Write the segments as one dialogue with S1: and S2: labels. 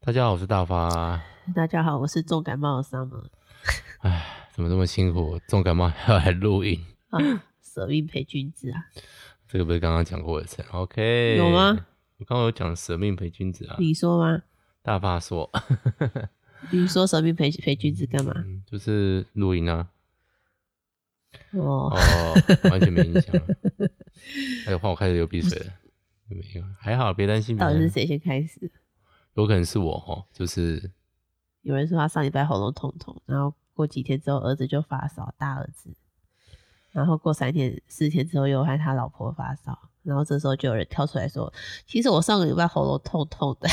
S1: 大家好，我是大发。
S2: 大家好，我是重感冒的 Summer
S1: 唉，怎么这么辛苦？重感冒还要来录音，
S2: 啊，舍命陪君子啊，
S1: 这个不是刚刚讲过的事？OK，
S2: 有吗？嗯
S1: 我刚刚有讲舍命陪君子啊。
S2: 你说吗？
S1: 大发 说，
S2: 你说舍命陪陪君子干嘛？
S1: 嗯，就是录音啊。
S2: 哦，
S1: 哦，完全没印象了。哎呦，换我开始流鼻水了。没有，还好，别担心。别
S2: 到
S1: 担
S2: 底是
S1: 心
S2: 谁先开始？
S1: 有可能是我哦，就是
S2: 有人说他上礼拜喉咙痛痛，然后过几天之后儿子就发烧，大儿子，然后过三天四天之后又害他老婆发烧，然后这时候就有人跳出来说，其实我上个礼拜喉咙痛痛的，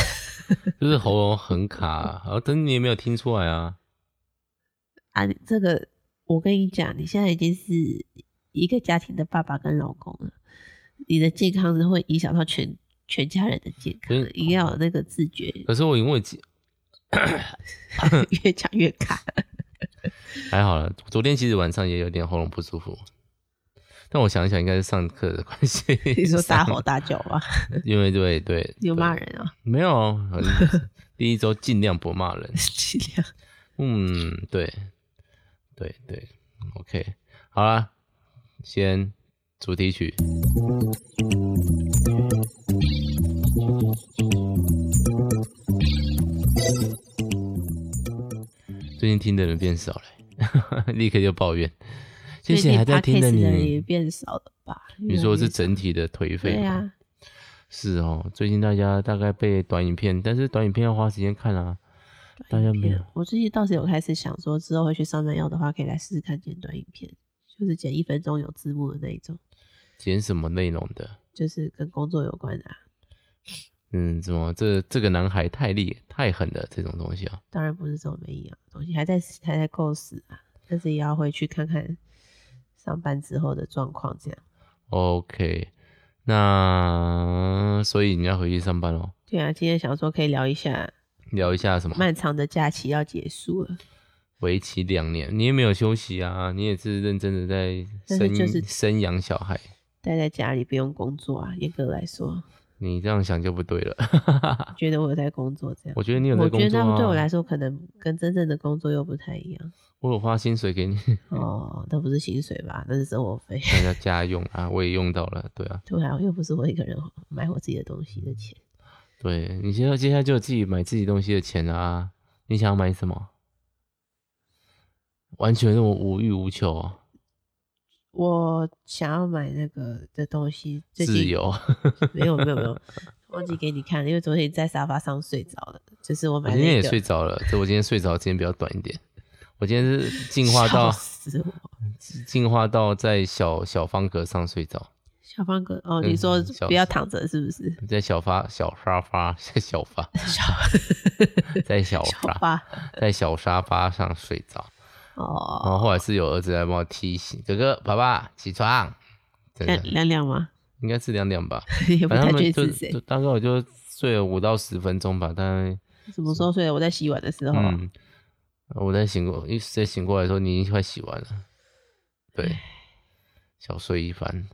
S1: 就是喉咙很卡，然后但你也没有听出来啊。
S2: 啊，你这个我跟你讲，你现在已经是一个家庭的爸爸跟老公了，你的健康是会影响到全全家人的健康
S1: 可
S2: 的，
S1: 是
S2: 一定要有那个自觉，
S1: 可是我因为记嗯
S2: 越讲越 卡。
S1: 还好了，昨天其实晚上也有点喉咙不舒服，但我想一想，应该是上课的关系。
S2: 你说大吼大叫吧，
S1: 因为对对，
S2: 有骂
S1: 对？
S2: 人啊，
S1: 没有，很第一周尽量不骂人。
S2: 尽量。
S1: 嗯，对，对对，OK，好啦，先主题曲。最近听的人变少了 欸，立刻就抱怨。谢
S2: 最
S1: 谢
S2: 近
S1: 还在听
S2: podcast
S1: 的
S2: 的
S1: 你，
S2: 人也变少了吧？
S1: 你说是整体的颓废？
S2: 对啊，
S1: 是哦，最近大家大概被短影片，但是短影片要花时间看啊，大家没有
S2: 片。我最近倒是有开始想说，之后回去上班要的话，可以来试试看剪短影片，就是剪一分钟有字幕的那一种，
S1: 剪什么内容的。
S2: 就是跟工作有关的、啊。
S1: 嗯，怎么这这个男孩太厉太狠了这种东西啊？
S2: 当然不是这种没营养的东西，还在还在构思啊，但是也要回去看看上班之后的状况，这样
S1: OK，那所以你要回去上班喽，
S2: 对啊，今天想说可以聊一下
S1: 聊一下什么？
S2: 漫长的假期要结束了，
S1: 为期两年，你也没有休息啊，你也是认真的在
S2: 但
S1: 生
S2: 是就是
S1: 生养小孩，
S2: 待在家里不用工作啊，严格来说，
S1: 你这样想就不对了。
S2: 觉得我有在工作这样。
S1: 我觉得你有在
S2: 我
S1: 工
S2: 觉得
S1: 作啊，
S2: 那对我来说，可能跟真正的工作又不太一样
S1: 我有发薪水给你，
S2: 哦。那不是薪水吧？那是生活费。
S1: 大家家用啊，我也用到了，对啊，
S2: 对啊，又不是我一个人买我自己的东西的钱。
S1: 对你现在接下来就有自己买自己东西的钱啊，你想要买什么？完全让我无欲无求啊。
S2: 我想要买那个的东西，最
S1: 自
S2: 近
S1: 由，
S2: 没有没有没有，忘记给你看了，因为昨天在沙发上睡着了。就是我
S1: 我
S2: 买
S1: 今
S2: 了
S1: 天也
S2: 一
S1: 睡
S2: 个，
S1: 着了，这我今天睡着的时间比较短一点。我今天是进化到
S2: 笑死我！
S1: 进化到在小小方格上睡着，
S2: 小方哥，哦，
S1: 嗯
S2: 你说
S1: 笑
S2: 不要
S1: 死
S2: 躺着是不是？
S1: 在小发小沙发，在小发，
S2: 小
S1: 在小
S2: 小
S1: 发，
S2: 发
S1: 在小沙发上睡着。然
S2: 哦，
S1: 后后来是有儿子来帮我踢醒，哥哥爸爸起床，真
S2: 亮
S1: 的
S2: 亮亮吗？
S1: 应该是两点吧，
S2: 也不
S1: 反正
S2: 太
S1: 他们
S2: 确定
S1: 就是
S2: 谁
S1: 就。大概我就睡了五到十分钟吧，但
S2: 什么时候睡的？我在洗碗的时候，
S1: 嗯，我在醒过，一在醒过来的时候，你已经快洗完了。对，小睡一番。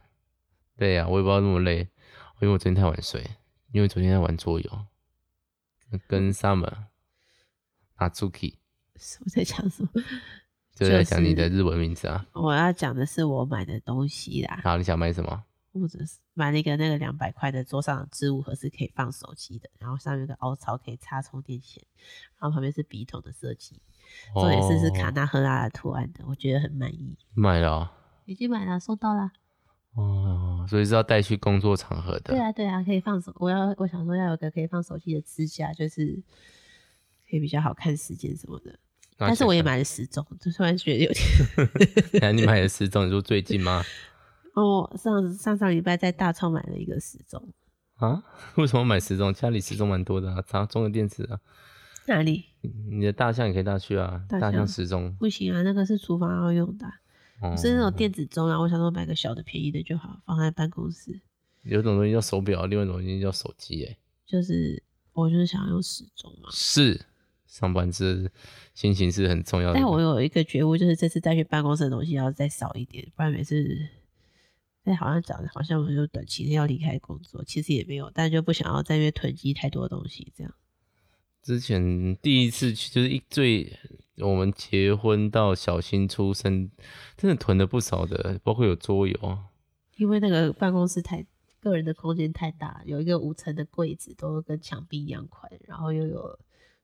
S1: 累啊，我也不知道那么累，因为我昨天太晚睡，因为昨天在玩桌游，
S2: 嗯
S1: 跟 Summer、Natsuki，
S2: 我在讲 什么？
S1: 就
S2: 就
S1: 在讲你
S2: 是
S1: 的日文名字啊。
S2: 我要讲的是我买的东西啦，
S1: 好，你想买什么？
S2: 或者是买了一个那个两百块的桌上的置物盒，是可以放手机的，然后上面有个凹槽可以插充电线，然后旁边是笔筒的设计，重点是是卡
S1: 哦
S2: 纳赫拉的图案的，我觉得很满意。
S1: 买了哦
S2: 已经买了，收到啦。
S1: 哦，所以是要带去工作场合的。
S2: 对啊，对啊，可以放手。我要我想说要有个可以放手机的支架，就是可以比较好看时间什么的。
S1: 那
S2: 但是
S1: 想
S2: 我也
S1: 想。
S2: 买了时钟，就突然觉得有点
S1: 哎 你买的时钟，你说最近吗？
S2: 哦。上上上礼拜在大超买了一个时钟，
S1: 啊？ 为什么买时钟？家里时钟蛮多的啊，插中个电池啊。
S2: 哪里
S1: 你的大象也可以带去啊，
S2: 大
S1: 大象
S2: 象
S1: 时钟，
S2: 不行啊？那个是厨房要用的啊、
S1: 哦
S2: 是那种电子钟啊。我想说买个小的便宜的就好，放在办公室。
S1: 有一种东西叫手表，另外一种东西叫手机，哎，
S2: 就是我就是想要用时钟嘛。
S1: 是上班是心情是很重要的。
S2: 但我有一个觉悟，就是这次带去办公室的东西要再少一点，不然每次，但好像讲得好像我就短期内要离开工作，其实也没有，但就不想要在那边囤积太多东西，这样
S1: 之前第一次去就是一最我们结婚到小新出生，真的囤了不少的，包括有桌游啊，
S2: 因为那个办公室太个人的空间太大，有一个五层的柜子都跟墙壁一样宽，然后又有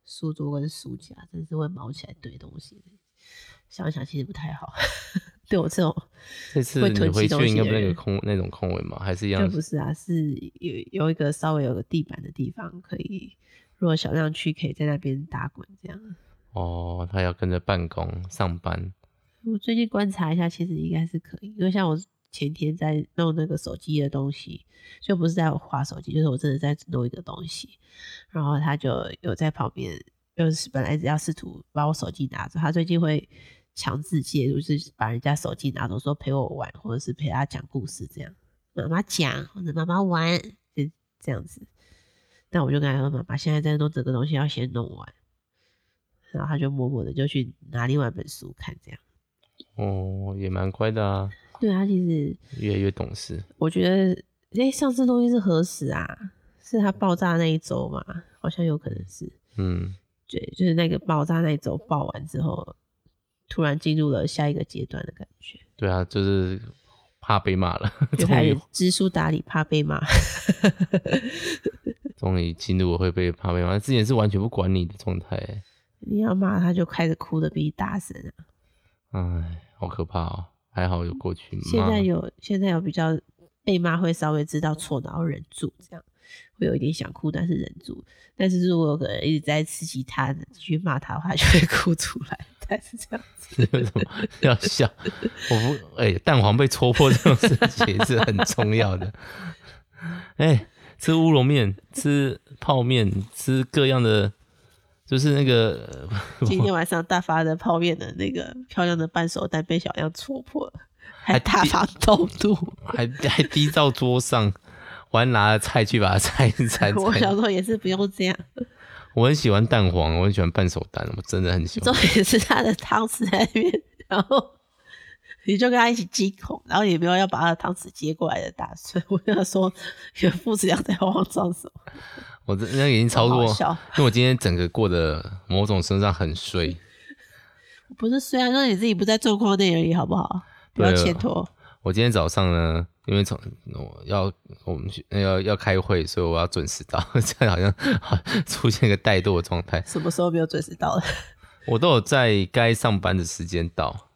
S2: 书桌跟书架，真是会毛起来堆东西。想一想其实不太好， 对我这种
S1: 这次
S2: 会
S1: 你
S2: 囤积
S1: 回
S2: 东
S1: 去应
S2: 西
S1: 该
S2: 的
S1: 不是那个
S2: 人
S1: 空那种空位吗？还是一
S2: 就
S1: 样
S2: 不是啊，是有有一个稍微有个地板的地方可以，如果小量区可以在那边打滚这样。啊
S1: 哦，他要跟着办公上班，
S2: 我最近观察一下，其实应该是可以，因为像我前天在弄那个手机的东西，就不是在划手机，就是我真的在弄一个东西，然后他就有在旁边，就是本来只要试图把我手机拿走，他最近会强制介入，就是把人家手机拿走，说陪我玩，或者是陪他讲故事这样，妈妈讲或者妈妈玩，就这样子。但我就跟他说，妈妈现在在弄这个东西，要先弄完。然后他就默默的就去拿另外一本书看，这样。
S1: 哦，也蛮乖的啊，
S2: 对他其实
S1: 越来越懂事。
S2: 我觉得，哎、上次录音是何时啊？是他爆炸那一周嘛？好像有可能是，
S1: 嗯，
S2: 对，就是那个爆炸那一周爆完之后，突然进入了下一个阶段的感觉，
S1: 对啊，就是怕被骂了，
S2: 就
S1: 终
S2: 开
S1: 于
S2: 始知书达理，怕被骂。
S1: 终于进入我会被怕被骂，之前是完全不管你的状态欸，
S2: 你要骂他，就开始哭的比你大声啊！
S1: 哎，好可怕哦。还好有过去骂，
S2: 现在有现在有比较被骂会稍微知道错，然后忍住，这样会有一点想哭，但是忍住。但是如果有个人一直在刺激他，继续骂他的话，就会哭出来。 但是这样 子，
S1: 为什么要笑？我不，哎、蛋黄被戳破这种事情也是很重要的。哎、吃乌龙面，吃泡面，吃各样的，就是那个
S2: 今天晚上大发的泡面的那个漂亮的半熟蛋被小亮戳破了，还大发偷 渡。
S1: 还还滴到桌上，我还拿了菜去把它 菜菜
S2: 我
S1: 菜。
S2: 想说也是不用这样，
S1: 我很喜欢蛋黄，我很喜欢半熟蛋，我真的很喜
S2: 重
S1: 欢。
S2: 点是他的汤匙在那边，然后你就跟他一起击孔，然后也没有要把他的汤匙接过来的打算。我跟他说，你的父子俩在慌张什么？
S1: 我这那个已经超过
S2: 好好笑，
S1: 因为我今天整个过得某种身上很衰。
S2: 不是，虽然说你自己不在状况内而已，好不好？不要
S1: 对啊
S2: 切脱。
S1: 我今天早上呢，因为从我要我们去要要开会，所以我要准时到， 这样好像好出现一个怠惰的状态。
S2: 什么时候没有准时到了？
S1: 我都有在该上班的时间到，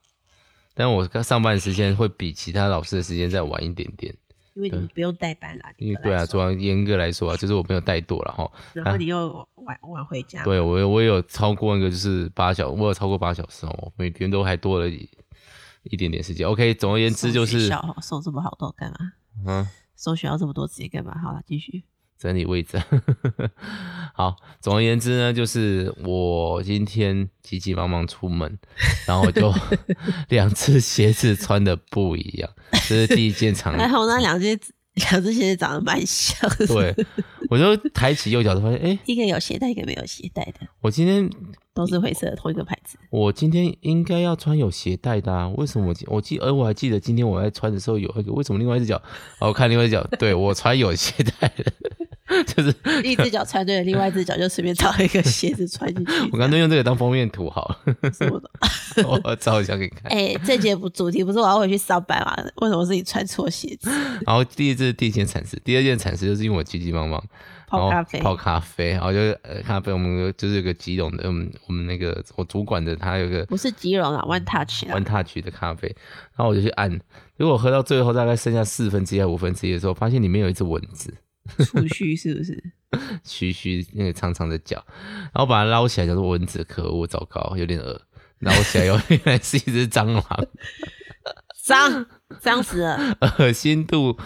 S1: 但我上班的时间会比其他老师的时间再晚一点点。
S2: 因为你不用代班啦，
S1: 因
S2: 你
S1: 为
S2: 本
S1: 对
S2: 来
S1: 啊，
S2: 说
S1: 主要严格来说啊，就是我没有怠惰了哈。
S2: 然后你又晚晚回家，
S1: 对我有我也有超过那个就是八小，我有超过八小时哦，我每天都还多了一一点点时间。OK，总而言之
S2: 送
S1: 就
S2: 学
S1: 是
S2: 校哦送这么好多干嘛？
S1: 嗯。
S2: 送学校这么多职业干嘛？好了，继续。
S1: 整理位置。 好，总而言之呢，就是我今天急急忙忙出门，然后我就 两只鞋子穿的不一样，这是第一件常
S2: 然后那两只两只鞋子长得蛮像的，
S1: 对，我就抬起右脚就发现，哎、
S2: 一个有鞋带，一个没有鞋带的，
S1: 我今天
S2: 都是灰色的同一个牌子。
S1: 我今天应该要穿有鞋带的啊，为什么我记我记而我还记得今天我在穿的时候有那个，为什么另外一只脚？哦，我看另外一只脚， 对我穿有鞋带的， 就是
S2: 一只脚穿对了，另外一只脚就随便找一个鞋子穿进去。
S1: 我干脆用这个当封面图好了，
S2: 什么的。
S1: 我照一下给你看。
S2: 哎、这节不主题不是我要回去上班吗？为什么是你穿错鞋子？
S1: 然后第一这是第一件惨事，第二件惨事就是因为我急急忙忙，然
S2: 泡
S1: 后
S2: 咖啡，
S1: 泡咖啡，然后就呃咖啡，我们有就是有个吉隆的，我们我们那个我主管的他有个
S2: 不是吉隆啊，One Touch 啊
S1: One。Touch 的咖啡，然后我就去按，结果喝到最后大概剩下四分之一还五分之一的时候，发现里面有一只蚊子，
S2: 触须是不是？
S1: 须须那个长长的脚，然后把它捞起来，想说蚊子可恶，糟糕，有点恶。捞起来以后，原来是一只蟑螂，
S2: 脏脏死了！
S1: 恶心度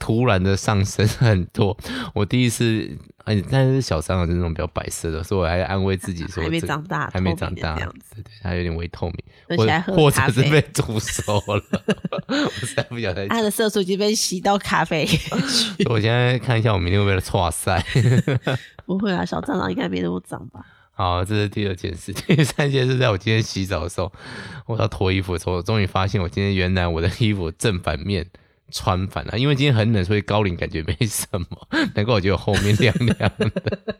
S1: 突然的上升很多。我第一次，哎，但是小蟑螂是那种比较白色的，所以我还安慰自己说
S2: 还没
S1: 这
S2: 长大
S1: 还没
S2: 透
S1: 长
S2: 明的
S1: 大，
S2: 这样子
S1: 对对，它有点微透明，
S2: 而
S1: 或
S2: 且还喝
S1: 或
S2: 咖
S1: 者是
S2: 啡
S1: 被煮熟了。 我实在不想再讲，
S2: 他的色素已经被吸到咖啡 里去。
S1: 我现在看一下我明天会不会错塞。
S2: 不会啊，小蟑螂应该没那么脏吧？
S1: 好，这是第二件事， 第三件事，在我今天洗澡的时候，我要脱衣服的时候，我终于发现我今天原来我的衣服正反面穿反了，因为今天很冷，所以高领 感觉没什么，难怪我觉得我后面凉凉的。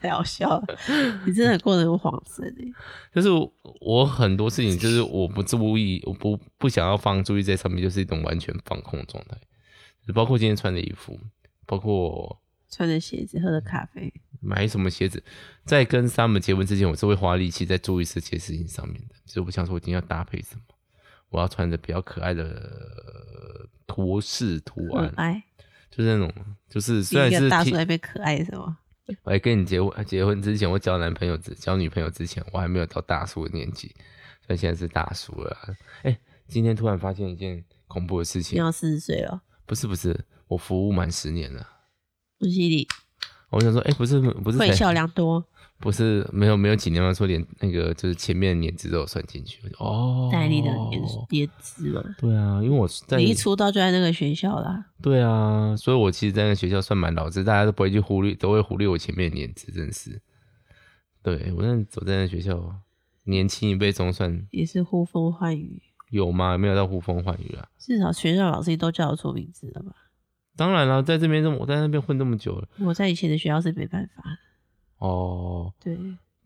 S2: 太好笑了，你真的过得很恍神哎。
S1: 就是我我很多事情就是我不注意，我不不想要放注意在上面，就是一种完全放空的状态，就包括今天穿的衣服，包括
S2: 穿着鞋子，喝着咖啡，
S1: 买什么鞋子，在跟 Summer 结婚之前，我是会花力气在注意这些事情上面的。所以我想说，我今天要搭配什么，我要穿着比较可爱的呃图示图
S2: 可
S1: 案，
S2: 爱。
S1: 就是那种，就是
S2: 哎比
S1: 虽然
S2: 嗯啊一
S1: 是
S2: 个大
S1: 挺
S2: 叔在那边可爱是吗？
S1: 哎，跟你结婚结婚之前，我交男朋友之交女朋友之前，我还没有到大叔的年纪，所以现在是大叔了啊。哎，今天突然发现一件恐怖的事
S2: 你
S1: 情，
S2: 要四十岁了，
S1: 不是不是，我服务满十年了。
S2: 不犀利，
S1: 我想说，哎，不是不是哦
S2: 会
S1: 才
S2: 笑良多，
S1: 不是没有没有几年嘛，说连那个就是前面的年资都有算进去。我就哦，
S2: 戴笠的颜颜值嘛。
S1: 对啊，因为我在
S2: 你一出道就在那个学校啦，
S1: 对啊，所以我其实在那个学校算蛮老实，大家都不会去忽略，都会忽略我前面的年资，真是。对我那走在那学校，年轻一辈中算
S2: 也是呼风唤雨，
S1: 有吗？没有到呼风唤雨啊。
S2: 至少学校老师都叫得出名字了吧？
S1: 当然了，在这边这么我在那边混这么久了，
S2: 我在以前的学校是没办法的，
S1: 哦，
S2: 对，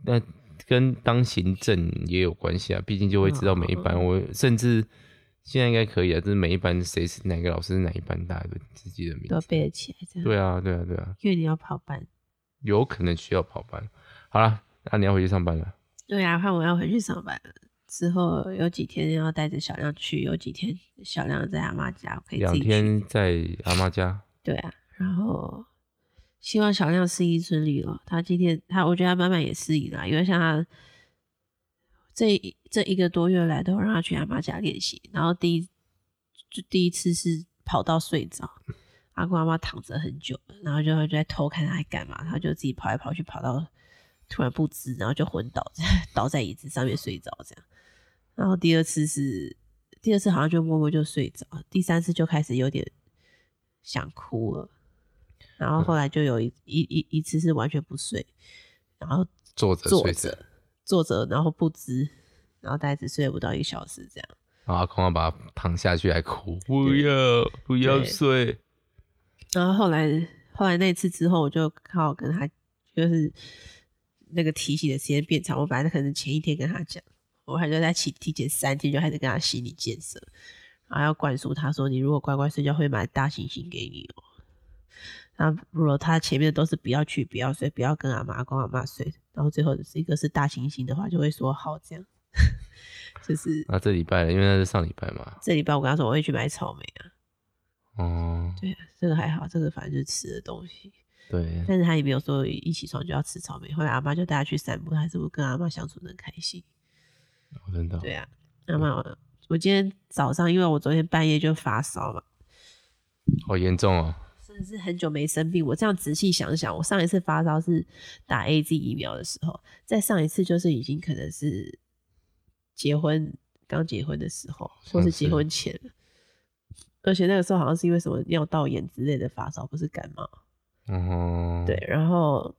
S1: 那跟当行政也有关系啊，毕竟就会知道每一
S2: 嗯
S1: 班，我甚至现在应该可以啊，就是每一班谁是哪个老师是哪一班，大家都自己的名
S2: 都要
S1: 字。
S2: 背得起来这样。
S1: 对啊，对啊，对啊，
S2: 因为你要跑班。
S1: 有可能需要跑班。好啦，那你要回去上班了。
S2: 对啊，换我要回去上班了。之后有几天要带着小亮去，有几天小亮在阿妈家，我可以
S1: 两
S2: 自己去。
S1: 天在阿妈家，
S2: 对啊，然后希望小亮适应顺利哦。他今天他，我觉得他慢慢也适应了，因为像他这一这一个多月来都让他去阿妈家练习，然后第一就第一次是跑到睡着，阿公阿妈躺着很久，然后就就在偷看他在干嘛，他就自己跑来跑去，跑到突然不知，然后就昏倒在 倒在椅子上面睡着这样。然后第二次是第二次好像就默默就睡着，第三次就开始有点想哭了，然后
S1: 嗯
S2: 后来就有一一一一次是完全不睡，然后
S1: 坐着
S2: 坐
S1: 呃睡着，
S2: 着坐着，然后不知，然后大概只睡了不到一个小时这样。
S1: 然后阿公要把他躺下去还哭，不要不要
S2: 对
S1: 睡。
S2: 然后后来后来那次之后，我就靠跟他就是那个提醒的时间变长，我本来可能前一天跟他讲，我还就在提提前三天就开始跟他心理建设，然后要灌输他说，你如果乖乖睡觉，会买大猩猩给你哦。那如果他前面都是不要去、不要睡、不要跟阿妈、阿公、阿妈睡，然后最后一个是大猩猩的话，就会说好这样， 就是
S1: 那这礼拜了，因为那是上礼拜嘛，
S2: 这礼拜我跟他说我会去买草莓啊，
S1: 哦，
S2: 对啊，这个还好，这个反正就是吃的东西。
S1: 对，
S2: 但是他也没有说一起床就要吃草莓。后来阿妈就带他去散步，他是不是跟阿妈相处得很开心？
S1: 我哦真的，
S2: 对啊，阿妈，我今天早上因为我昨天半夜就发烧嘛，
S1: 好严重哦。
S2: 真的是很久没生病。我这样仔细想想，我上一次发烧是打 A Z 疫苗的时候，再上一次就是已经可能是结婚刚结婚的时候，或是结婚前了。而且那个时候好像是因为什么尿道炎之类的发烧，不是感冒。
S1: 哦，
S2: 对，，然后，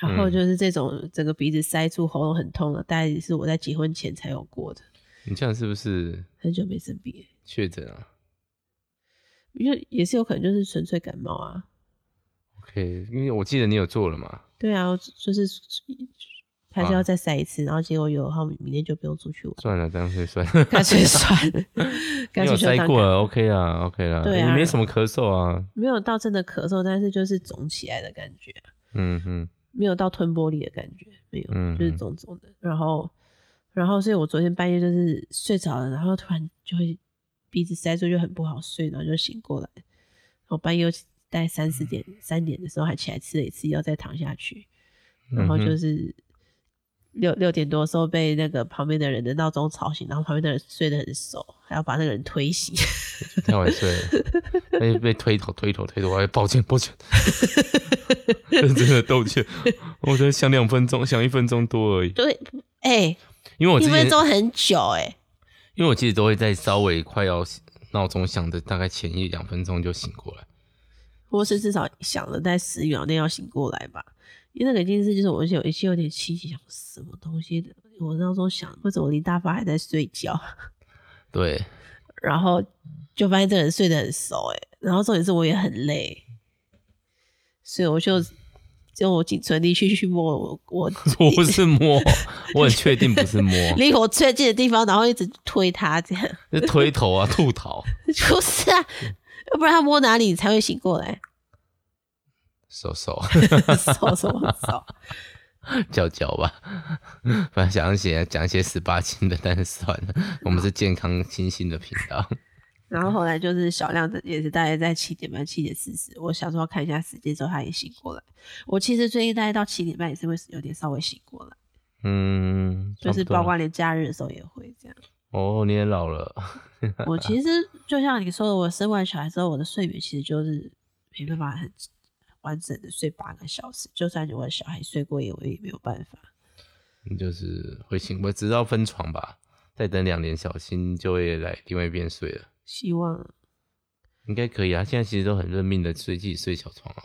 S2: 然后
S1: 嗯
S2: 就是这种整个鼻子塞住、喉咙很痛的，大概是我在结婚前才有过的，
S1: 你这样是不是
S2: 很久没生病了，
S1: 确诊啊
S2: 因为也是有可能就是纯粹感冒啊。
S1: ？OK，因为我记得你有做了嘛，
S2: 对啊，就是还是
S1: 啊，
S2: 要再塞一次，然后结果有，然后明天就不用出去玩
S1: 算了，干脆 算了，
S2: 干脆算了，干
S1: 你有
S2: 脆就
S1: 塞
S2: 当
S1: 过
S2: 感
S1: 了，OK 啦，OK 啦，
S2: 对啊
S1: 你没什么咳嗽啊，
S2: 没有到真的咳嗽，但是就是肿起来的感觉，
S1: 嗯嗯，
S2: 没有到吞玻璃的感觉，没有，
S1: 嗯
S2: 就是
S1: 嗯
S2: 肿肿的。然后，然后，所以我昨天半夜就是睡着了，然后突然就会鼻子塞住，就很不好睡，然后就醒过来。我半夜又起大概三四点、三点的时候还起来吃了一次药，再躺下去。然后
S1: 嗯哼
S2: 就是六六点多的时候被那个旁边的人的闹钟吵醒，然后旁边的人睡得很熟，还要把那个人推醒。
S1: 太晚睡了，被被推头推头推头，哎，抱歉抱歉， 认真的道歉，我才想两分钟，想一分钟多而已，
S2: 对，哎、
S1: 因为我
S2: 一
S1: 之前
S2: 分钟很久哎、
S1: 因为我其实都会在稍微快要闹钟响的大概前一两分钟就醒过来。
S2: 或是至少想了在十秒内要醒过来吧。因为那个已经是就是我有一些有点清醒，想说什么东西的，我那时候想为什么林大发还在睡觉，
S1: 对，
S2: 然后就发现这个欸人睡得很熟哎、然后重点是我也很累，所以我就用我尽全力去去摸我我
S1: 我不是摸，我很确定不是摸，
S2: 离我最近的地方，然后一直推他这样，
S1: 是推头啊，吐头，
S2: 不是啊，要不然他摸哪里你才会醒过来？
S1: 手手
S2: 手什么手？
S1: 脚脚吧。 反正想写讲一些十八禁的，但是算 了，我们是健康清新的频道。
S2: 然后后来就是小亮的，也是大概在七点半、七点四十，我想说看一下时间之后，他也醒过来。我其实最近大概到七点半也是会有点稍微醒过来，
S1: 嗯，
S2: 就
S1: 差
S2: 是
S1: 不多
S2: 包括连假日的时候也会 这样。
S1: 哦，你也老了，
S2: 我其实就像你说的，我生完小孩之后，我的睡眠其实就是没办法很完整的睡八个小时，就算我的小孩睡过夜，我也没有办法。
S1: 你就是会醒，我直到分床吧。再等两年，小新就会来另外一边睡了，
S2: 希望
S1: 应该可以啊。现在其实都很认命的睡自己睡小床啊。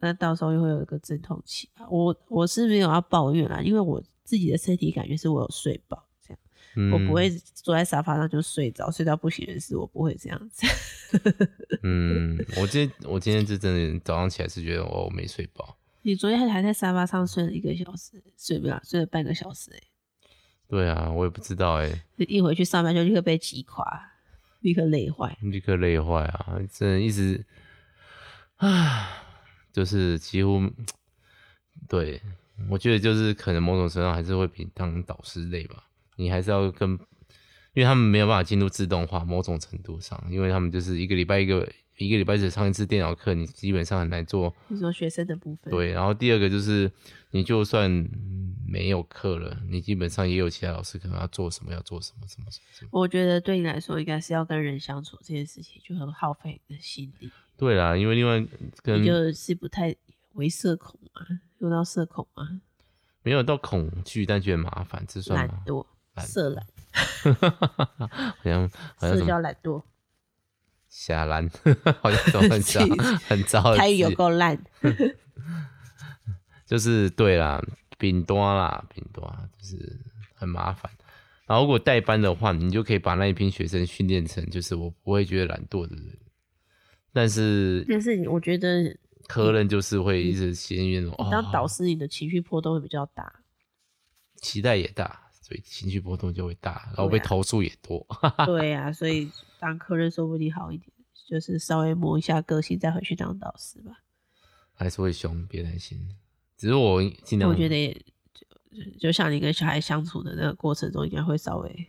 S2: 那到时候又会有一个阵痛期吧。我我是没有要抱怨啦，因为我自己的身体感觉是我有睡饱，这样、
S1: 嗯，
S2: 我不会坐在沙发上就睡着，睡到不省人事，我不会这样子。
S1: 嗯，我今天我今天是真的早上起来是觉得哦我没睡饱，
S2: 你昨天还在沙发上睡了一个小时，睡不了，睡了半个小时、欸，
S1: 对啊，我也不知道哎、
S2: 一回去上班就立刻被击垮，立刻累坏。
S1: 立刻累坏啊，真的一直，啊，就是几乎，对我觉得就是可能某种程度上还是会比当导师累吧，你还是要跟，因为他们没有办法进入自动化，某种程度上，因为他们就是一个礼拜一个一个礼拜只上一次电脑课，你基本上很难做
S2: 你说学生的部分，
S1: 对，然后第二个就是，你就算没有课了，你基本上也有其他老师可能要做什么，要做什么，什么什么什么。
S2: 我觉得对你来说应该是要跟人相处这件事情就很耗费你的心力，
S1: 对啦，因为另外跟
S2: 你就是不太为社恐啊，用到社恐啊，
S1: 没有到恐惧，但觉得麻烦，这算
S2: 懒
S1: 吗？
S2: 惰、
S1: 啊懒
S2: 色懒、
S1: 好像好像
S2: 社
S1: 什么
S2: 交懒惰，
S1: 下烂，好像都 很糟很糟的
S2: 台语有
S1: 字
S2: 够烂。
S1: 就是对啦，饼多啦，饼多啦，就是很麻烦。然后如果代班的话，你就可以把那一批学生训练成，就是我不会觉得懒惰的人，但是
S2: 但是你我觉得你
S1: 科任就是会一直陷于那种
S2: 当导
S1: 哦、
S2: 师，嗯你的情绪波动会比较大。
S1: 期待也大，所以情绪波动就会大，然后
S2: 对
S1: 被
S2: 啊
S1: 投诉也多。
S2: 对啊，所以当科任说不定好一点，就是稍微磨一下个性，再回去当导师吧。
S1: 还是会凶，别担心。只是我尽量，
S2: 我觉得也就就就像你跟小孩相处的那个过程中，应该会稍微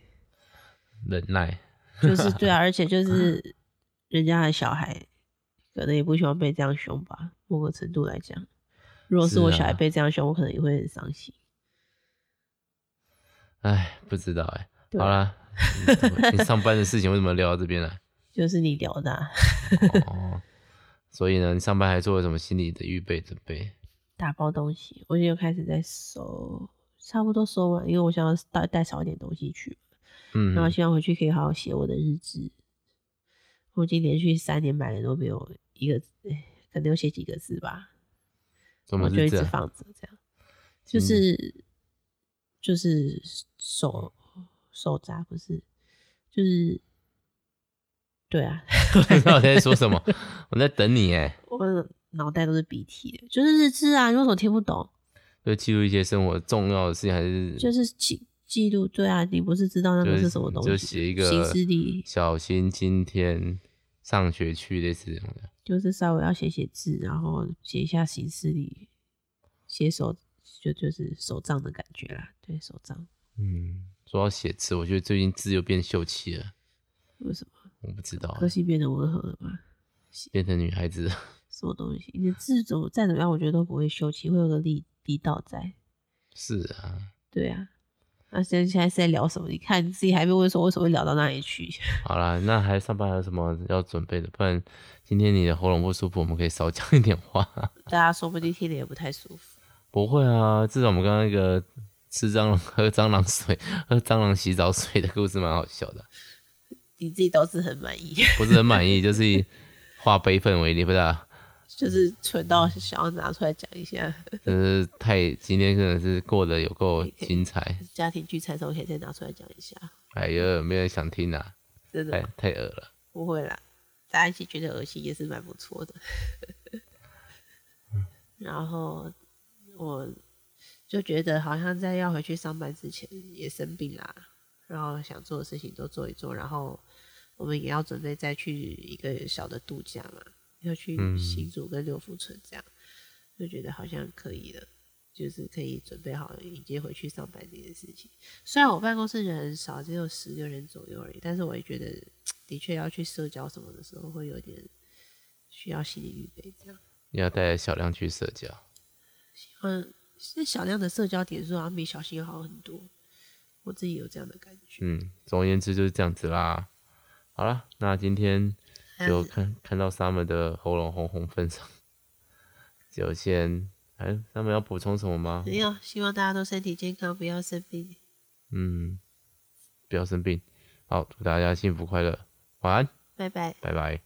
S1: 忍耐。
S2: 就是对 啊，而且就是人家的小孩可能也不希望被这样凶吧，某个程度来讲。如果是
S1: 是
S2: 我小孩
S1: 啊
S2: 被这样凶，我可能也会很伤心。
S1: 哎，不知道哎、
S2: 对
S1: 好啦， 你上班的事情为什么聊到这边来？
S2: 就是你聊的啊、
S1: 哦，所以呢，你上班还做了什么心理的预备准备？
S2: 打包东西，我现在又开始在收，差不多收完，因为我想要带带少一点东西去，
S1: 嗯
S2: 然，后希望回去可以好好写我的日志。我已经连续三年买了都没有一个，哎可能有写几个字吧，
S1: 怎么
S2: 我就是一
S1: 这
S2: 直
S1: 样？
S2: 放着，这样就
S1: 嗯
S2: 是就是手手札不是就是对啊，
S1: 不知道我在说什么， 我在等你哎、
S2: 我的脑袋都是鼻涕的，就是日志啊，你为什么听不懂？
S1: 就记录一些生活重要的事情，还是
S2: 就是记记录，对啊，你不是知道那
S1: 嗯
S2: 个
S1: 就是
S2: 什么东西？
S1: 就写一个
S2: 行事历，
S1: 小新今天上学去类似这种的。
S2: 就是稍微要写写字，然后写一下行事历，写手就就是手账的感觉啦，对手账。
S1: 嗯，说到写字，我觉得最近字又变秀气了，
S2: 为什么
S1: 我不知道欸
S2: 科系变得温和了吗？
S1: 变成女孩子 了。
S2: 什么东西？你的字怎么再怎么样，我觉得都不会羞耻，会有个力力道在。
S1: 是啊，
S2: 对啊，那现在现在是在聊什么？你看你自己还没问说为什么会聊到那里去？
S1: 好啦，那还上班还有什么要准备的？不然今天你的喉咙不舒服，我们可以少讲一点话。
S2: 大家说不定听得也不太舒服。
S1: 不会啊，至少我们刚刚那个吃蟑螂、喝蟑螂水、喝蟑螂洗澡水的故事蛮好笑的，
S2: 你自己倒是很满意，
S1: 不是很满意，就是以化悲愤为力，不是、啊？
S2: 就是蠢到想要拿出来讲一下。
S1: 就是太今天真的是过得有够精彩。
S2: 家庭聚餐的时候可以再拿出来讲一下，
S1: 哎呀，没人想听啊，
S2: 真
S1: 太
S2: 的
S1: 太恶了。
S2: 不会啦，大家一起觉得恶心也是蛮不错的。 然后我就觉得好像在要回去上班之前也生病啦，然后想做的事情都做一做，然后我们也要准备再去一个小的度假嘛，要去
S1: 嗯
S2: 新竹跟六福村这样，就觉得好像可以了。就是可以准备好迎接回去上班这件事情。虽然我办公室人很少，只有十个人左右而已，但是我也觉得，的确要去社交什么的时候，会有点需要心理预备。这样，
S1: 你要带小亮去社交，
S2: 嗯，是小量的社交点数好像比小新好很多，我自己有这样的感觉。
S1: 嗯，总而言之就是这样子啦。好了，那今天
S2: 但
S1: 就是看看到 Summer 的喉咙红红份上，就先哎，Summer 要补充什么吗？
S2: 没有，希望大家都身体健康，不要生病。
S1: 嗯，不要生病。好，祝大家幸福快乐，晚安，
S2: 拜拜。
S1: 拜拜。